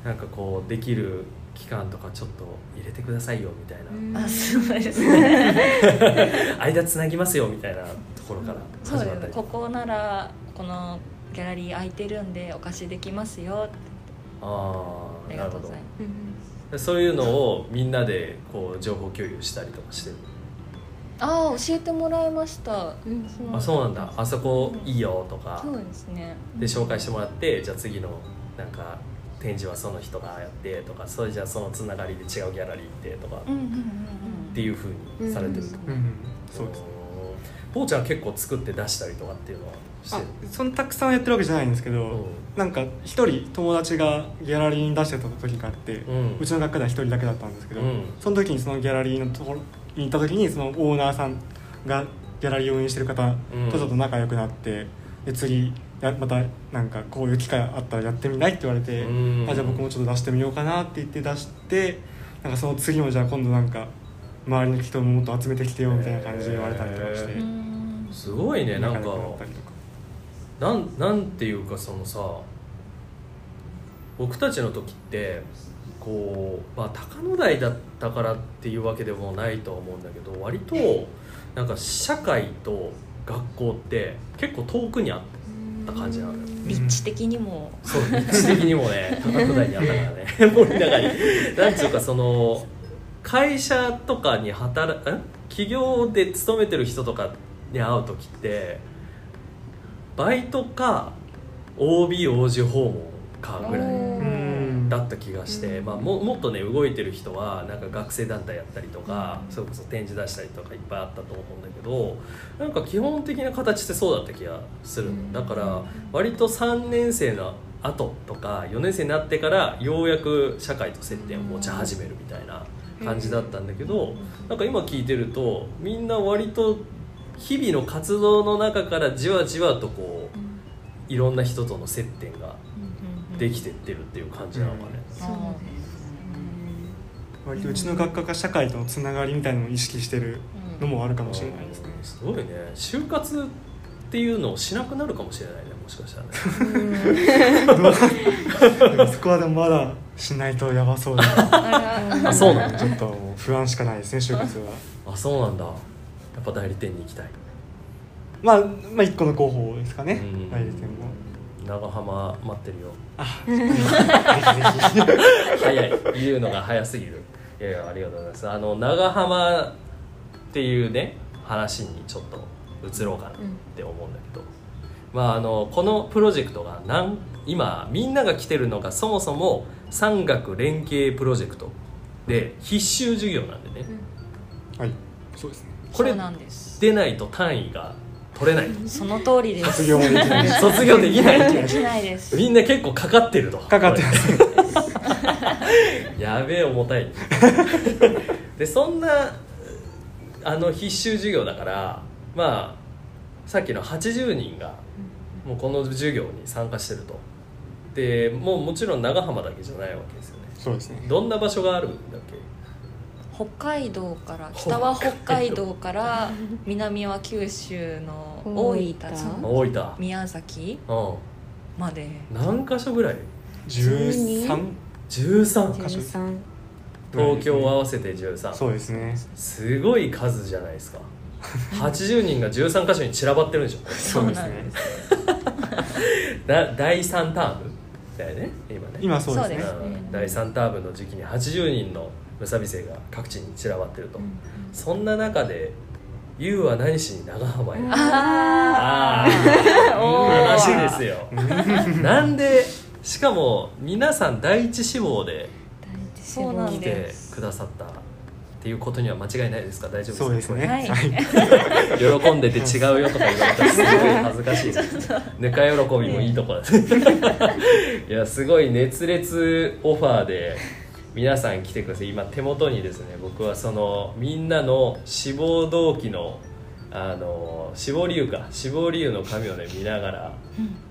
Speaker 1: なんかこうできる期間とかちょっと入れてくださいよみたいな、
Speaker 4: うん
Speaker 3: あすごいですね
Speaker 1: 間つなぎますよみたいなところから
Speaker 3: そ う
Speaker 1: 始ま
Speaker 3: で
Speaker 1: っ
Speaker 3: す
Speaker 1: た
Speaker 3: ね
Speaker 1: り
Speaker 3: ここならこのギャラリー空いてるんでお貸しできますよ
Speaker 1: あ
Speaker 3: あ
Speaker 1: あ
Speaker 3: り
Speaker 1: な
Speaker 3: が
Speaker 1: る
Speaker 3: と
Speaker 1: ほ
Speaker 3: うご
Speaker 1: ど
Speaker 3: ざいま
Speaker 4: うんうん
Speaker 1: でそういうのをみんなでこう情報共有したりとかしてる、
Speaker 3: すああ教えてもらいました
Speaker 4: うん
Speaker 3: その
Speaker 1: あそうなんだあそこいいよとか、
Speaker 3: そうですね
Speaker 1: で紹介してもらってじゃあ次のなんか展示はその人がやってとかそれじゃあそのつながりで違うギャラリー行ってとか
Speaker 3: うんうんうんうん
Speaker 1: っていうふうにされてる
Speaker 4: うん
Speaker 2: うんうんそうです
Speaker 1: ぽーちゃんは結構作って出したりとかっていうのはして
Speaker 2: あ
Speaker 1: る
Speaker 2: そんなたくさんやってるわけじゃないんですけど、
Speaker 1: う
Speaker 2: なんか一人友達がギャラリーに出してた時があって、うんちの学科では一人だけだったんですけど、
Speaker 1: うん
Speaker 2: その時にそのギャラリーのところに行った時にそのオーナーさんがギャラリーを運営してる方
Speaker 1: うん
Speaker 2: とちょっと仲良くなって、で次やまたなんかこういう機会あったらやってみないって言われて、
Speaker 1: うん
Speaker 2: あじゃあ僕もちょっと出してみようかなって言って出してなんかその次もじゃあ今度なんか周りの人ももっと集めてきてよみたいな感じで言われたりとかして、
Speaker 1: へ
Speaker 3: う
Speaker 1: ー
Speaker 3: ん
Speaker 1: すごいねなんか
Speaker 2: 仲良くなったりとか
Speaker 1: なんなんていうかそのさ僕たちの時ってこう、まあ、高野台だったからっていうわけでもないとは思うんだけど割となんか社会と学校って結構遠くにあっった感じなのよ
Speaker 3: 立地的にも
Speaker 1: そう立地的にもね高野台にあったからね 森の中になんつうかその会社とかに働く企業で勤めてる人とかに会う時ってバイトか OBOG 訪問かぐらい
Speaker 3: おー
Speaker 2: うん
Speaker 1: だった気がして、まあ、ももっとね動いてる人はなんか学生団体やったりとかそれこそ展示出したりとかいっぱいあったと思うんだけどなんか基本的な形ってそうだった気がするのだから割と3年生の後とか4年生になってからようやく社会と接点を持ち始めるみたいな感じだったんだけどなんか今聞いてるとみんな割と日々の活動の中からじわじわとこういろんな人との接点ができてってるっていう感じなのかね。
Speaker 4: そうです
Speaker 2: 割とうちの学科が社会とのつながりみたいなのを意識してるのもあるかもしれないです ね、
Speaker 1: すごいね就活っていうのをしなくなるかもしれないねもしかしたらね
Speaker 2: でもそこはでもまだしないとやばそうだな
Speaker 1: あそうなんだ
Speaker 2: ちょっともう不安しかないですね就活は
Speaker 1: あそうなんだやっぱ代理店に行きたい
Speaker 2: まあまあ一個の候補ですかね
Speaker 1: うん
Speaker 2: 代理店も
Speaker 1: 長浜待ってるよ
Speaker 2: あぜひぜひ
Speaker 1: 早い言うのが早すぎるいやいやありがとうございますあの長浜っていうね話にちょっと移ろうかなって思うんだけど、まああのこのプロジェクトがなん今みんなが来てるのがそもそも産学連携プロジェクトで必修授業なんでね、
Speaker 2: はいそうですね
Speaker 1: これ
Speaker 3: そうなんです
Speaker 1: 出ないと単位が取れない
Speaker 3: その通りです
Speaker 2: 卒業もできない
Speaker 1: 卒業できない
Speaker 3: できないです
Speaker 1: みんな結構かかってると
Speaker 2: かかってますね
Speaker 1: やべえ重た いでそんなあの必修授業だからまあさっきの80人がもうこの授業に参加してるとでもうもちろん長浜だけじゃないわけですよね
Speaker 2: そうですね
Speaker 1: どんな場所があるんだっ
Speaker 3: 北海道から北は北海道から南は九州の大分
Speaker 1: け大分
Speaker 3: 宮崎
Speaker 1: う
Speaker 3: まで
Speaker 1: ん何箇所ぐらい
Speaker 2: 13
Speaker 1: 13
Speaker 2: 箇所
Speaker 4: 13
Speaker 1: 東京合わせて13
Speaker 2: そうですね
Speaker 1: すごい数じゃないですか80人が13箇所に散らばってるんでしょ
Speaker 2: そうですね
Speaker 3: す
Speaker 1: だ第3タームだよね今ね
Speaker 2: 今そうですね
Speaker 3: そう
Speaker 1: う
Speaker 3: です
Speaker 1: ん第3タームの時期に80人の無差別生が各地に散らばってると、
Speaker 3: うん
Speaker 1: そんな中で「YOU は何しに長浜へ」
Speaker 3: あ
Speaker 1: あ
Speaker 3: ーお
Speaker 1: あ
Speaker 3: ー
Speaker 1: 話ですよなんでしかも皆さん第一志望で
Speaker 3: そうなん
Speaker 1: 来てくださったっていうことには間違いないですか大丈夫ですか
Speaker 2: そうですね
Speaker 3: はい
Speaker 2: はい
Speaker 1: 喜んでて違うよとか言われたらすごい恥ずかしいぬか喜びもいいとこだ いやすごい熱烈オファーで皆さん来てください今手元にですね僕はそのみんなの志望動機のあの志望理由か志望理由の紙をね見ながら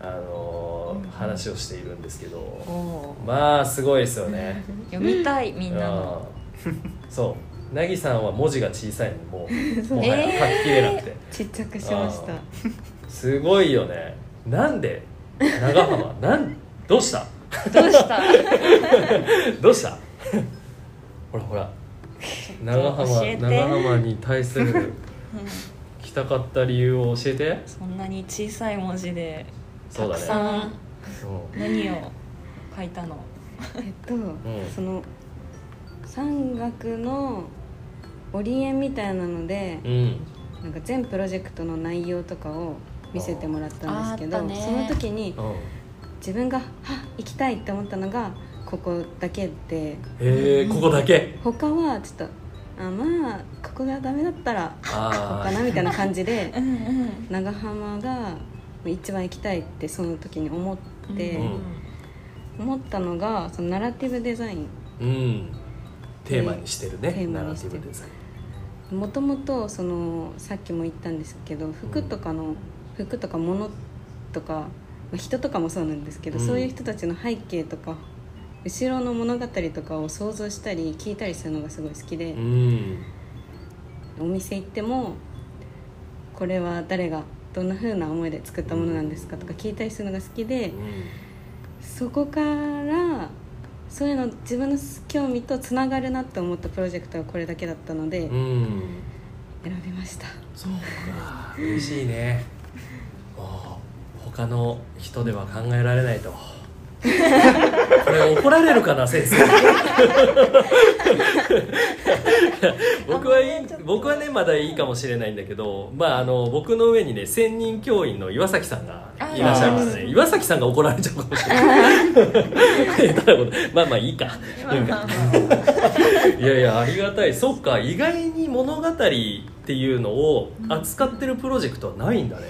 Speaker 1: あの話をしているんですけ
Speaker 3: お
Speaker 1: ど
Speaker 3: お
Speaker 1: まあすごいですよね
Speaker 3: ー読みたいみんなの
Speaker 1: うんそうなぎさんは文字が小さいのも うもはや書ききれなくて、
Speaker 4: ちっちゃくしました
Speaker 1: あすごいよねなんで長浜なんどうした
Speaker 3: どうした
Speaker 1: どうしたほらほら長
Speaker 3: 教
Speaker 1: 浜
Speaker 3: えて
Speaker 1: 長浜に対する来たかった理由を教えて
Speaker 3: そんなに小さい文字で
Speaker 1: そ
Speaker 3: た
Speaker 1: う
Speaker 3: く
Speaker 1: だね、
Speaker 3: さん
Speaker 1: う
Speaker 3: 何を書いたの
Speaker 4: えっと、その山岳のオリエンみたいなので、
Speaker 1: ん、うん、
Speaker 4: なんか全プロジェクトの内容とかを見せてもらったんですけ
Speaker 3: あーあ
Speaker 4: ど、
Speaker 3: ったね
Speaker 4: その時に
Speaker 1: うん
Speaker 4: 自分があ行きたいって思ったのがここだけで
Speaker 1: へえここだけ
Speaker 4: 他はちょっとあまあここがダメだったらここ
Speaker 1: あ
Speaker 4: かなみたいな感じで
Speaker 3: うんうん
Speaker 4: 長浜が一番行きたいってその時に思って、
Speaker 1: うん
Speaker 4: 思ったのがそのナラティブデザイン
Speaker 1: ーうんテーマにしてるね
Speaker 4: テーマ
Speaker 1: ナラ
Speaker 4: に
Speaker 1: テ
Speaker 4: し
Speaker 1: ィ
Speaker 4: て
Speaker 1: ブ
Speaker 4: る
Speaker 1: デザイン
Speaker 4: もともとそのさっきも言ったんですけど服とかの服とか物とか、まあ人とかもそうなんですけど、
Speaker 1: うん
Speaker 4: そういう人たちの背景とか後ろの物語とかを想像したり聞いたりするのがすごい好きで、
Speaker 1: うん
Speaker 4: お店行ってもこれは誰がどんな風な思いで作ったものなんですかとか聞いたりするのが好きでそこからそういうの自分の興味とつながるなって思ったプロジェクトはこれだけだったので
Speaker 1: うん、うん
Speaker 4: 選びました。
Speaker 1: そうか嬉しい ねもう他の人では考えられない とこれ怒られるかな 先生僕はいい僕はねまだいいかもしれないんだけど、まあ、あの僕の上にね専任教員の岩崎さんがいらっしゃるから
Speaker 3: あ
Speaker 1: ね
Speaker 3: ー
Speaker 1: 岩崎さんが怒られちゃうかもしれ ない下手なことまあまあいいか
Speaker 3: まあまあまあ
Speaker 1: いやいやありがたいそっか意外に物語っていうのを扱ってるプロジェクトはないんだね、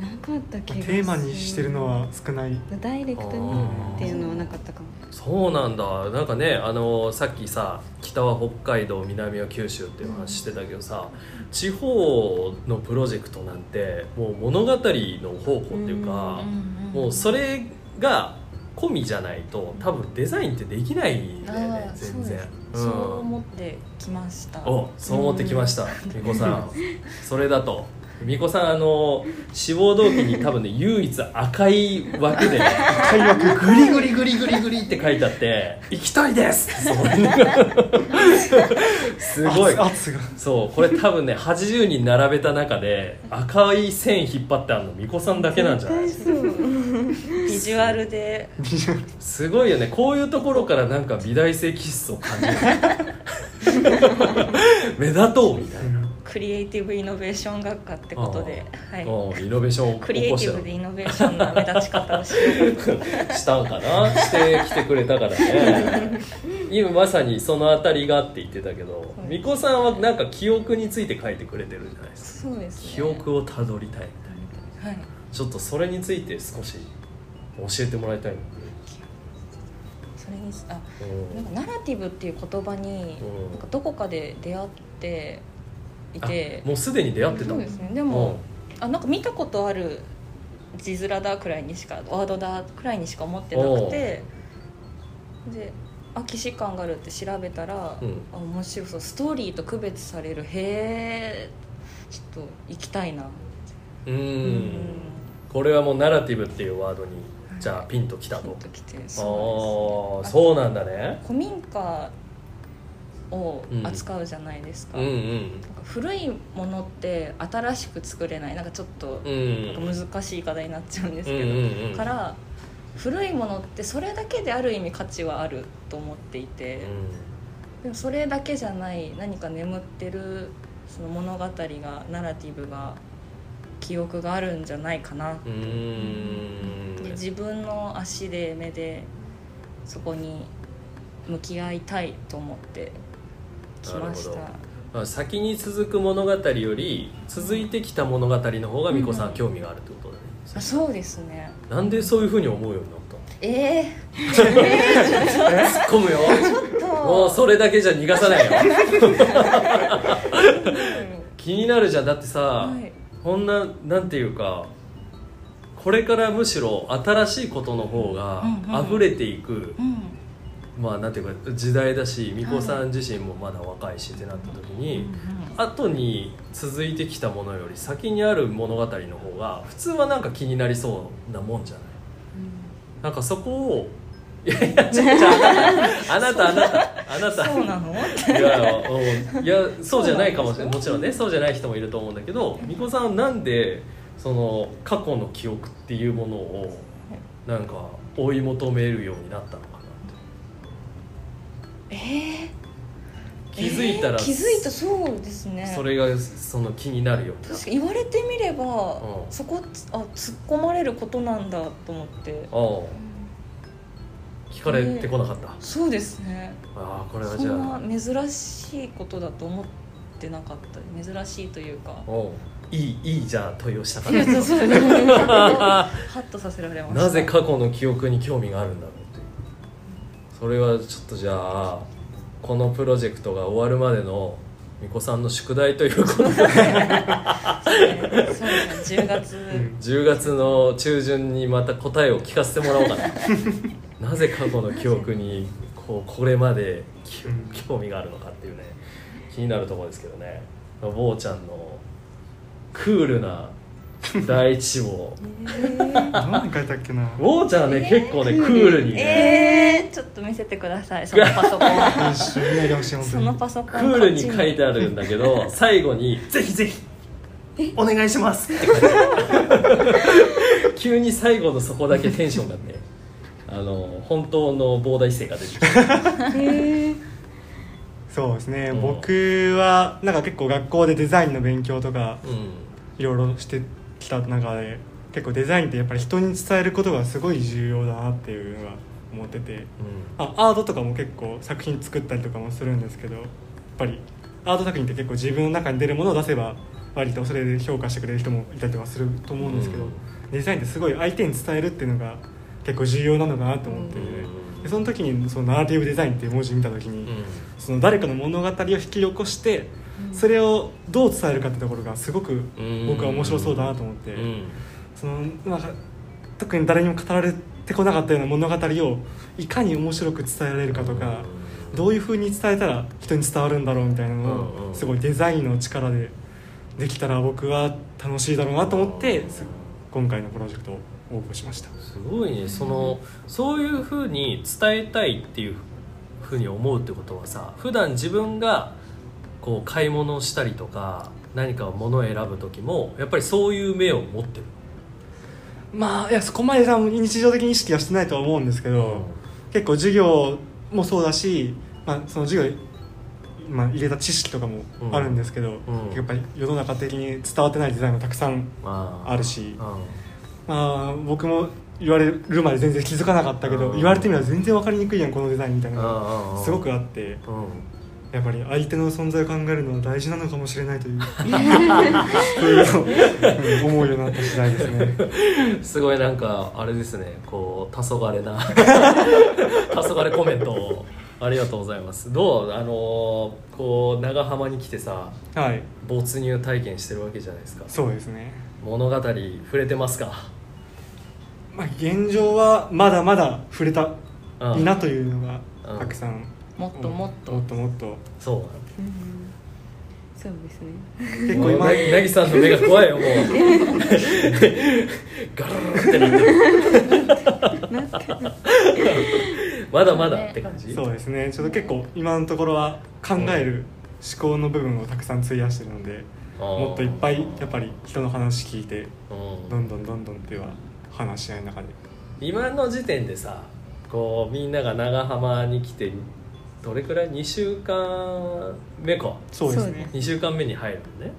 Speaker 4: なかった気
Speaker 2: テ
Speaker 4: がする
Speaker 2: ーマにしてるのは少ない
Speaker 4: ダイレクトにっていうのはなかったかも
Speaker 1: そうなんだなんかねあのさっきさ北は北海道南は九州っていう話してたけどさ、地方のプロジェクトなんてもう物語の方向っていうか、
Speaker 3: んん
Speaker 1: もうそれが込みじゃないと多分デザインってできないんだよね
Speaker 3: あー
Speaker 1: 全然
Speaker 3: そううん思ってきました
Speaker 1: おそう思ってきました美子さんそれだと美子さんあの志望動機に多分ね唯一赤い枠で、ね、赤い枠グリグリグリグリグリって書いてあって「行きたいです!」ってそうすごい
Speaker 2: 圧圧が
Speaker 1: そうこれ多分ね80人並べた中で赤い線引っ張ってあるの美子さんだけなんじゃない
Speaker 3: ビジュアルです
Speaker 1: ごいよねこういうところからなんか美大生気質を感じる 目立とうみたいな。
Speaker 3: クリエイティブイノベーション学科ってことで、はい、
Speaker 1: うんイノベーションを
Speaker 3: ク
Speaker 1: 起
Speaker 3: リエイ
Speaker 1: こ
Speaker 3: テ
Speaker 1: して
Speaker 3: ィ
Speaker 1: る
Speaker 3: ブでイノベーションの目立ち方 をしよう
Speaker 1: したんかなしてきてくれたからね今まさにその辺りがって言ってたけど
Speaker 3: はい
Speaker 1: 巫女さんはなんか記憶について書いてくれてるじゃないですか
Speaker 3: そうですね
Speaker 1: 記憶をたどりたいみたいな
Speaker 3: はい
Speaker 1: ちょっとそれについて少し教えてもらいたいな
Speaker 3: それにあ
Speaker 1: うん
Speaker 3: なんかナラティブっていう言葉に
Speaker 1: うん
Speaker 3: なんかどこかで出会っていて
Speaker 1: あもうすでに出会ってた
Speaker 3: そう
Speaker 1: の
Speaker 3: ですねでもあなんか見たことある字面だくらいにしかワードだくらいにしか思ってなくてで「あ既視感がある」って調べたら、
Speaker 1: うん
Speaker 3: あ面白そうストーリーと区別されるへえちょっと行きたいな
Speaker 1: うん
Speaker 3: う
Speaker 1: これはもうナラティブっていうワードにじゃあピンときた
Speaker 3: ピン
Speaker 1: と
Speaker 3: ときて
Speaker 1: ああー
Speaker 3: そうなんで
Speaker 1: そうなんだ
Speaker 3: すね
Speaker 1: ね
Speaker 3: あ古民家を扱うじゃないですか,、
Speaker 1: うんう
Speaker 3: なん
Speaker 1: ん
Speaker 3: か古いものって新しく作れないなんかちょっと
Speaker 1: うんうん
Speaker 3: なんか難しい課題になっちゃうんですけど、
Speaker 1: うんうん
Speaker 3: から古いものってそれだけである意味価値はあると思っていて、でもそれだけじゃない何か眠ってるその物語がナラティブが記憶があるんじゃないかな
Speaker 1: うんうん
Speaker 3: で自分の足で目でそこに向き合いたいと思ってきまし
Speaker 1: なる
Speaker 3: た
Speaker 1: あ先に続く物語より続いてきた物語の方が美子さんは興味があるってことだね、
Speaker 3: あそうですね
Speaker 1: なんでそういうふうに思うようになっ
Speaker 3: ええ
Speaker 1: たの突っ込むよ
Speaker 3: ー、と
Speaker 1: もうそれだけじゃ逃がさないよ
Speaker 3: うん
Speaker 1: 気になるじゃんだってさ、
Speaker 3: はい
Speaker 1: こんななんていうかこれからむしろ新しいことの方が
Speaker 3: うんうん
Speaker 1: 溢れていく、
Speaker 3: うん
Speaker 1: まあなんていうか時代だし美子さん自身もまだ若いしってなった時に、後に続いてきたものより先にある物語の方が普通はなんか気になりそうなもんじゃない、なんかそこを いやいやちょちょあなたあなたあなた
Speaker 3: そ うなの
Speaker 1: いやうんいやそうじゃないかもしれない
Speaker 3: そうなんですか
Speaker 1: もちろんねそうじゃない人もいると思うんだけど美子さんはなんでその過去の記憶っていうものをなんか追い求めるようになったのかなって
Speaker 3: えー、
Speaker 1: 気づいたら、
Speaker 3: えー気づいたそうですね
Speaker 1: それがその気になるようになっ
Speaker 3: 確かに言われてみれば、
Speaker 1: うん
Speaker 3: そこつあ突っ込まれることなんだと思って
Speaker 1: たああ聞かれてこなかった、
Speaker 3: そうですね
Speaker 1: ああこれは
Speaker 3: そ
Speaker 1: じゃあ
Speaker 3: んな珍しいことだと思ってなかった珍しいというか
Speaker 1: おういいいいじゃあ問いをしたか
Speaker 3: いやそう
Speaker 1: ら
Speaker 3: そうハッとさせられました
Speaker 1: なぜ過去の記憶に興味があるんだろうっていうそれはちょっとじゃあこのプロジェクトが終わるまでの美子さんの宿題ということで
Speaker 3: ねそうですね10月、
Speaker 1: 10月の中旬にまた答えを聞かせてもらおうか ななぜ過去の記憶にこうこれまでき興味があるのかっていうね気になるところですけどね坊ちゃんのクールな第一志望
Speaker 2: 何書いたっけな
Speaker 1: ウォーちゃんはね、結構ねクールにね、
Speaker 3: えー、ちょっと見せてく ださいそのパソコン
Speaker 2: 一緒見ないでほしい本当
Speaker 3: そ
Speaker 2: に
Speaker 3: のパソコン
Speaker 1: クールに書いてあるんだけど最後に「ぜひぜひお願いします」って書いてある 急に最後のそこだけテンションがねあの本当の膨大性が出てきて
Speaker 2: そうですね、
Speaker 1: うん
Speaker 2: 僕はなんか結構学校でデザインの勉強とか
Speaker 1: う
Speaker 2: いろいろしてきた中で結構デザインってやっぱり人に伝えることがすごい重要だなっていうのは思ってて
Speaker 1: ん
Speaker 2: あアートとかも結構作品作ったりとかもするんですけどやっぱりアート作品って結構自分の中に出るものを出せば割とそれで評価してくれる人もいたりとかすると思うんですけど、
Speaker 1: うん
Speaker 2: デザインってすごい相手に伝えるっていうのが結構重要なのかなと思って、
Speaker 1: うん
Speaker 2: でその時にそのナラティブデザインっていう文字見た時に、
Speaker 1: うん
Speaker 2: その誰かの物語を引き起こして、それをどう伝えるかってところがすごく
Speaker 1: うん
Speaker 2: 僕は面白そうだなと思って、
Speaker 1: うん
Speaker 2: そのなんか特に誰にも語られてこなかったような物語をいかに面白く伝えられるかとか、どういうふうに伝えたら人に伝わるんだろうみたいな
Speaker 1: うん
Speaker 2: の
Speaker 1: うん
Speaker 2: をすごいデザインの力でできたら僕は楽しいだろうなと思ってす今回のプロジェクトを応募しました。
Speaker 1: すごいねそのそういうふうに伝えたいっていうふうに思うってことはさ普段自分がこう買い物をしたりとか何か物を選ぶ時もやっぱりそういう目を持ってる
Speaker 2: まあいやそこまでさ日常的に意識はしてないとは思うんですけど、結構授業もそうだし、まあ、その授業に、まあ、入れた知識とかもあるんですけど、
Speaker 1: うん
Speaker 2: やっぱり世の中的に伝わってないデザインもたくさん、
Speaker 1: ま
Speaker 2: あるし
Speaker 1: う
Speaker 2: まあ、僕も言われるまで全然気づかなかったけど、
Speaker 1: うん
Speaker 2: 言われてみれば全然分かりにくいやんこのデザインみたい
Speaker 1: ん
Speaker 2: なのが
Speaker 1: うんうん
Speaker 2: すごくあって
Speaker 1: うん
Speaker 2: やっぱり相手の存在を考えるのは大事なのかもしれな いというそういうのをうん思うようになった次第ですね。
Speaker 1: すごいなんかあれですねこう黄昏な 黄昏コメントをありがとうございますどうあのーこう長浜に来てさ
Speaker 2: はい
Speaker 1: 没入体験してるわけじゃないですか
Speaker 2: そうですね
Speaker 1: 物語触れてますか
Speaker 2: まあ、現状はまだまだ触れた
Speaker 1: うん
Speaker 2: いいなというのが
Speaker 1: うん
Speaker 2: たくさん、
Speaker 3: もっともっと
Speaker 2: もっともっと
Speaker 1: そう
Speaker 4: そうですね
Speaker 2: 結構今
Speaker 1: ななぎさんの目が怖いよもうガラーってなってる
Speaker 4: なんか
Speaker 1: ままだまだって感じ
Speaker 2: そうですねちょっと結構今のところは考える思考の部分をたくさん費やしてるのでもっといっぱいやっぱり人の話聞いて
Speaker 1: うん
Speaker 2: どんどんどんどんでは話し合いの中で
Speaker 1: 今の時点でさこうみんなが長浜に来てどれくらい2週間目か
Speaker 2: そうです
Speaker 4: そう
Speaker 2: ね
Speaker 1: 2週間目に入るのね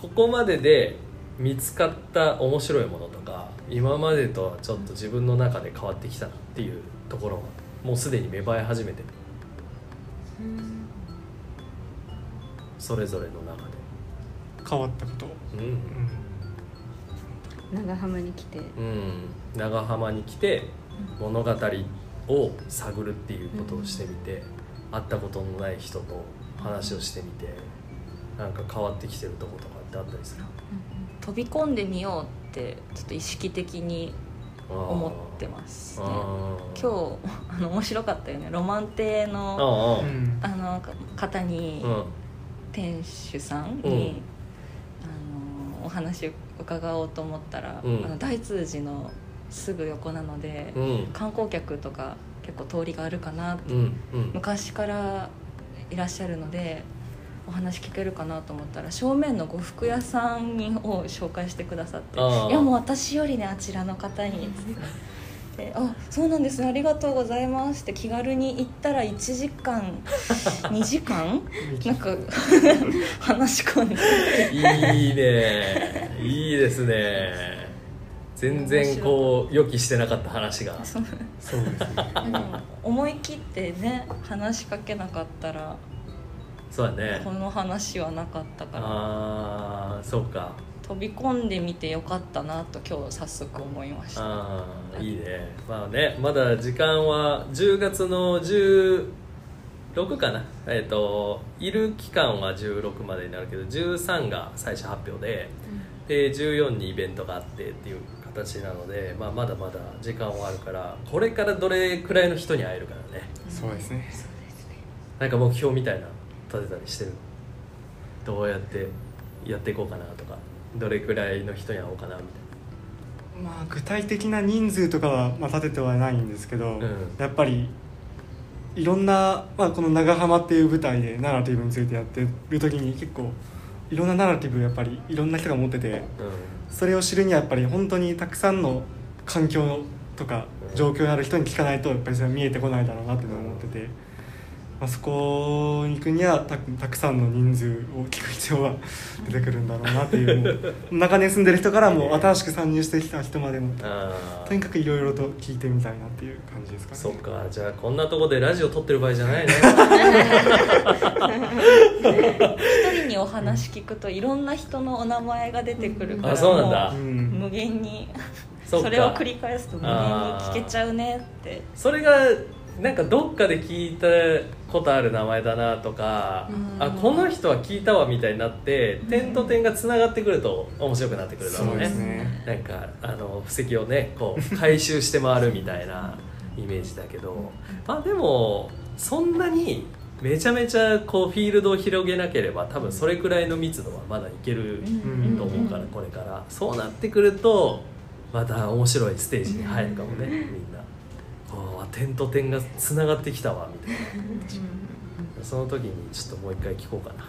Speaker 1: ここまでで見つかった面白いものとか今までとはちょっと自分の中で変わってきたなっていうところももうすでに芽生え始めてるそれぞれの中
Speaker 2: 変わったこと、
Speaker 1: でう、
Speaker 2: うんん、
Speaker 4: 長浜に来て
Speaker 1: うん、長浜に来て物語を探るっていうことをしてみて会ったことのない人と話をしてみてなんか変わってきてるとことかってあったりする
Speaker 3: 飛び込んでみようってちょっと意識的に思ってますね
Speaker 1: 今
Speaker 3: 今日あの面白かったよねロマン亭の
Speaker 1: あ
Speaker 2: うん
Speaker 3: あのか方に、
Speaker 1: あうん
Speaker 3: 店主さん
Speaker 1: うん
Speaker 3: に、あのお話伺おうと思ったら、
Speaker 1: うん
Speaker 3: あの大通寺のすぐ横なので、
Speaker 1: うん
Speaker 3: 観光客とか結構通りがあるかなって
Speaker 1: うんうん
Speaker 3: 昔からいらっしゃるのでお話聞けるかなと思ったら正面の呉服屋さんにを紹介してくださって「
Speaker 1: ああ
Speaker 3: いやもう私よりねあちらの 方に」つってであそうなんですねありがとうございます」って気軽に行ったら1時 間2時間なんか 話し込んで
Speaker 1: いいねいいですね全然こう予期してなかった話が
Speaker 3: その
Speaker 2: そうですね
Speaker 3: でも思い切ってね話しかけなかったら
Speaker 1: そうだね
Speaker 3: この話はなかったから。
Speaker 1: ああそうか
Speaker 3: 飛び込んでみてよかったなと今日早速思いました
Speaker 1: ああいいねまあねまだ時間は10月の16かなえっ、といる期間は16までになるけど13が最初発表でで14にイベントがあってっていう形なので、まあ、まだまだ時間はあるからこれからどれくらいの人に会えるからね
Speaker 2: そうですね
Speaker 1: なんか目標みたいなの立てたりしてるどうやってやっていこうかなとかどれくらいの人に会おうかなみ
Speaker 2: まあ具体的な人数とかは、まあ、立ててはないんですけど、
Speaker 1: うん
Speaker 2: やっぱりいろんな、まあ、この長浜っていう舞台でナラティブについてやってる時に結構いろんなナラティブやっぱりいろんな人が持ってて
Speaker 1: たいな、うん
Speaker 2: それを知るにはやっぱり本当にたくさんの環境とか
Speaker 1: うん
Speaker 2: 状況のある人に聞かないとやっぱりそれは見えてこないだろうなっていうのは思ってて、まあ、そこに行くにはたたくさんの人数を聞く必要が出てくるんだろうなっていうもう長年住んでる人からも新しく参入してきた人までも
Speaker 1: あー
Speaker 2: とにかくいろいろと聞いてみたいなっていう感じですかね。
Speaker 1: そっかじゃあこんなとこでラジオ撮ってる場合じゃない ね
Speaker 3: 一人にお話聞くといろんな人のお名前が出てくるから
Speaker 1: あそうなんだ
Speaker 2: う
Speaker 3: もうん無限に
Speaker 1: そっ
Speaker 3: そ
Speaker 1: か
Speaker 3: れを繰り返すと無限に聞けちゃうねって
Speaker 1: それがなんかどっかで聞いたことある名前だなとか
Speaker 3: うん
Speaker 1: あこの人は聞いたわみたいになって点と点がつながってくると面白くなってくるだろ
Speaker 2: そうう
Speaker 1: ね
Speaker 2: ですね
Speaker 1: なんかあの布石をねこう回収して回るみたいなイメージだけどまあでもそんなにめちゃめちゃこうフィールドを広げなければ多分それくらいの密度はまだいける
Speaker 2: ん
Speaker 1: と思うからこれからそうなってくるとまた面白いステージに入るかもねみんなこう点と点がつながってきたわみたいなその時にちょっともう一回聞こうかな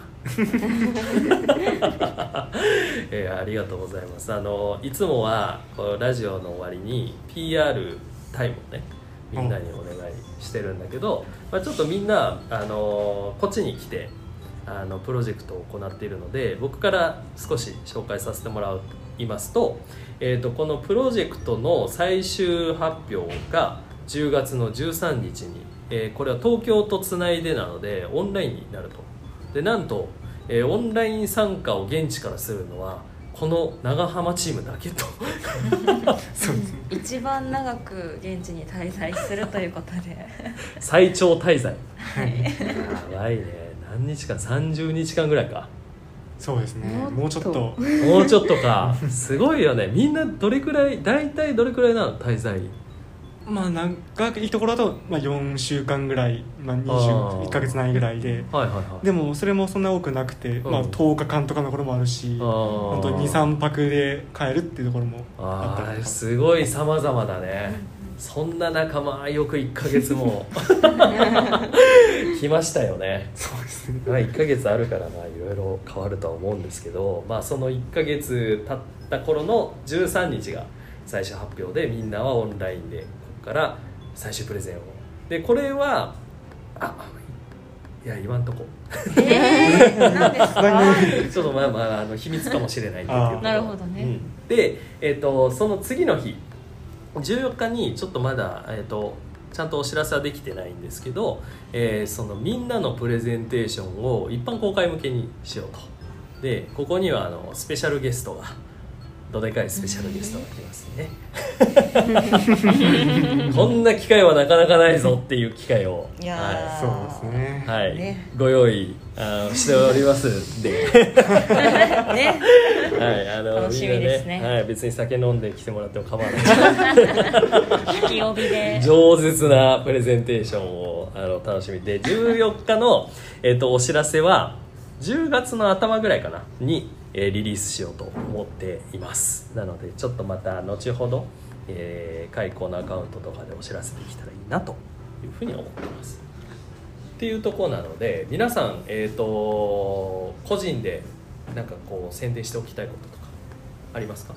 Speaker 1: えーありがとうございますあのいつもはこうラジオの終わりに PR タイムをねみんなにお願いしてるんだけど、まあ、ちょっとみんなあのこっちに来てあのプロジェクトを行っているので僕から少し紹介させてもらいますと,、えー、とこのプロジェクトの最終発表が10月の13日に、えーこれは東京とつないでなのでオンラインになるとでなんと、えーオンライン参加を現地からするのはこの長浜チームだけと
Speaker 2: そうですね
Speaker 3: 一番長く現地に滞在するということで
Speaker 1: 最長滞在やばいね何日間30日間ぐらいか
Speaker 2: そうですね
Speaker 4: も
Speaker 2: も
Speaker 4: っと
Speaker 2: うちょっと
Speaker 1: もうちょっとかすごいよねみんなどれくらい大体どれくらいなの滞在
Speaker 2: まあ長いいところだと、まあ、4週間ぐらい、まあ、
Speaker 1: あー
Speaker 2: 1か月ないぐらいで
Speaker 1: はいはいはい
Speaker 2: でもそれもそんな多くなくて、
Speaker 1: うん
Speaker 2: まあ、10日間とかのところもあるし
Speaker 1: 本
Speaker 2: 本当に23泊で帰るっていうところもあった
Speaker 1: あ
Speaker 2: り
Speaker 1: ー
Speaker 2: とか
Speaker 1: すごい様々だねそんな仲間よく1ヶ月も 来ましたよね
Speaker 2: そうですね
Speaker 1: まあ、1ヶ月あるからまあいろいろ変わるとは思うんですけど、まあ、その1ヶ月経った頃の13日が最終発表でみんなはオンラインでここから最終プレゼンをでこれはあいや言わんとこ
Speaker 3: えー、何ですか
Speaker 1: ちょっとまあまああの秘密かもしれないんでっていうことは
Speaker 3: なるほどね
Speaker 1: うんで、えー、とその次の日14日にちょっとまだ、えー、とちゃんとお知らせはできてないんですけど、えーそのみんなのプレゼンテーションを一般公開向けにしようとでここにはあのスペシャルゲストがどでかいスペシャルゲストが来ますね こんな機会はなかなかないぞっていう機会を
Speaker 3: いやー
Speaker 1: はい
Speaker 2: そうですね
Speaker 1: はい、
Speaker 3: ね
Speaker 1: ご用意あのしておりますんで
Speaker 3: ね
Speaker 1: はい、あの
Speaker 3: 楽しみですね
Speaker 1: みんなはい、別に酒飲んで来てもらっても構わ ない
Speaker 3: 引き帯で
Speaker 1: 饒舌なプレゼンテーションをあの楽しみで14日の、えっとお知らせは10月の頭ぐらいかなに、えーリリースしようと思っていますなのでちょっとまた後ほど、えー、開口のアカウントとかでお知らせできたらいいなというふうに思ってますっていうところなので皆さん、えー、と個人でなんかこう宣伝しておきたいこととかありますか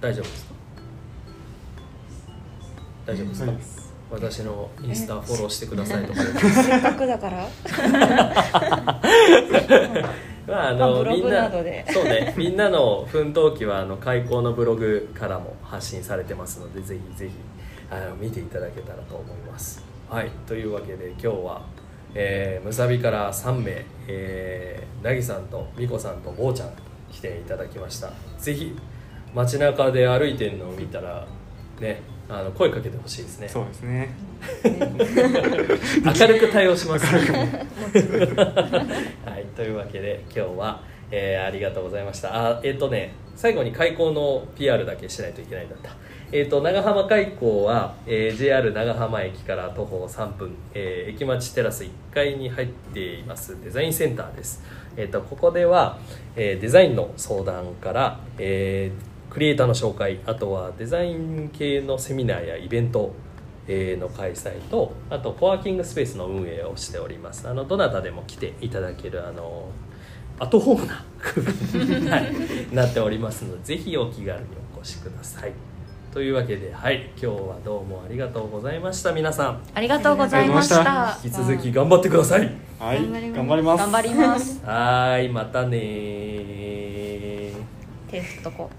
Speaker 1: 大丈夫ですか大丈夫ですか、
Speaker 2: はい
Speaker 1: 私のインスタフォローしてくださいとか
Speaker 3: せっかくだから
Speaker 1: まああ
Speaker 3: まあブログ
Speaker 1: みんな
Speaker 3: などで
Speaker 1: そうねみんなの奮闘記はあの開講のブログからも発信されてますのでぜひぜひあの見ていただけたらと思いますはいというわけで今日は、えーむさびから3名、えー、なぎさんとみこさんとぼうちゃん来ていただきましたぜひ街中で歩いてるのを見たらねあの声かけてほしいですね
Speaker 2: そうですね
Speaker 1: 明るく対応します。 はい、というわけで今日は、えーありがとうございました。あ、えっ、とね、最後に開校の PR だけしないといけないんだった。えっ、と長浜開港は、えー JR 長浜駅から徒歩3分、えー駅町テラス1階に入っていますデザインセンターです。えっ、とここでは、えーデザインの相談から、えークリエイターの紹介、あとはデザイン系のセミナーやイベントえーの開催とあとコワーキングスペースの運営をしておりますあのどなたでも来ていただけるあのアットホームな はい、なっておりますのでぜひお気軽にお越しくださいというわけではい今日はどうもありがとうございました皆さん
Speaker 3: ありがとうございました
Speaker 1: 引き続き頑張ってください
Speaker 2: はい
Speaker 4: 頑張ります
Speaker 2: 頑張り
Speaker 3: 頑張り
Speaker 2: ます
Speaker 3: ます
Speaker 1: はーいまたねー
Speaker 3: 手振っとこう